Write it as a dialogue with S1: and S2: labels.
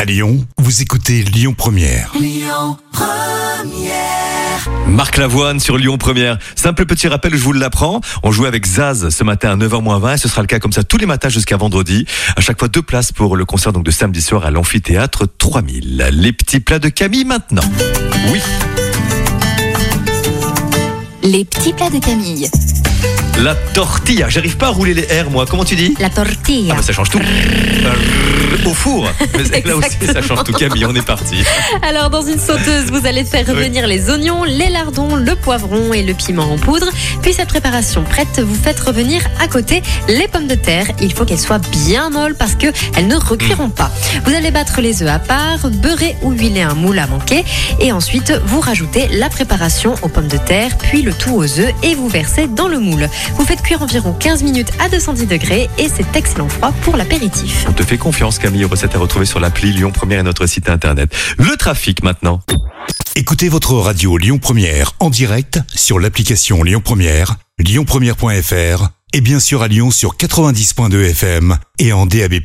S1: À Lyon, vous écoutez Lyon Première.
S2: Marc Lavoine sur Lyon Première. Simple petit rappel, je vous l'apprends. On jouait avec Zaz ce matin à 9h20 et ce sera le cas comme ça tous les matins jusqu'à vendredi. À chaque fois deux places pour le concert donc de samedi soir à l'amphithéâtre 3000. Les petits plats de Camille maintenant. Oui.
S3: Les petits plats de Camille.
S2: La tortilla. J'arrive pas à rouler les R moi. Comment tu dis
S3: La
S2: Ah
S3: tortilla.
S2: bah ça change tout. Euh, Au four. Mais là aussi ça change tout Camille, on est parti.
S3: Alors, dans une sauteuse, vous allez faire
S2: Oui.
S3: revenir les oignons, les lardons, le poivron et le piment en poudre. Puis, cette préparation prête, vous faites revenir à côté les pommes de terre. Il faut qu'elles soient bien molles parce que elles ne recuiront pas. Vous allez battre les œufs à part, beurrer ou huiler un moule à manquer. Et ensuite, vous rajoutez la préparation aux pommes de terre, puis le tout aux œufs et vous versez dans le moule. Vous faites cuire environ 15 minutes à 210 degrés et c'est excellent froid pour l'apéritif.
S2: On te fait confiance Camille, recette à retrouver sur l'appli Lyon Première et notre site internet. Le trafic maintenant.
S1: Écoutez votre radio Lyon Première en direct sur l'application Lyon Première, lyonpremière.fr et bien sûr à Lyon sur 90.2 FM et en DAB+.